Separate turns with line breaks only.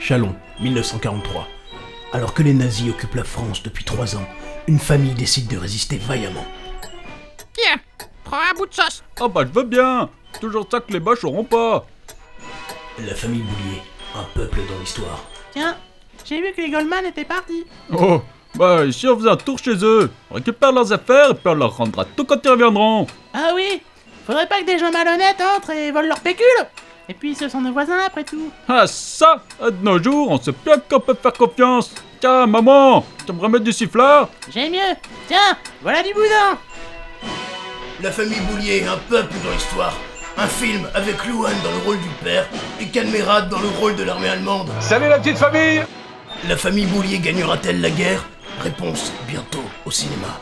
Chalon, 1943. Alors que les nazis occupent la France depuis trois ans, une famille décide de résister vaillamment.
Tiens, prends un bout de sauce.
Ah bah je veux bien Toujours ça que les bâches auront pas
La famille Boulier, un peuple dans l'histoire.
Tiens, j'ai vu que les Goldman étaient partis.
Oh Bah ici on faisait un tour chez eux On récupère leurs affaires et puis on leur rendra tout quand ils reviendront
Ah oui, faudrait pas que des gens malhonnêtes entrent et volent leur pécule. Et puis ce sont nos voisins après tout.
Ah ça ah, De nos jours, on sait bien qu'on peut faire confiance Tiens, maman Tu me remets du siffleur
J'ai mieux. Tiens, voilà du boudin.
La famille Boulier, un peuple dans l'histoire. Un film avec Louane dans le rôle du père et Calmerade dans le rôle de l'armée allemande.
Salut la petite famille
La famille Boulier gagnera-t-elle la guerre Réponse bientôt au cinéma.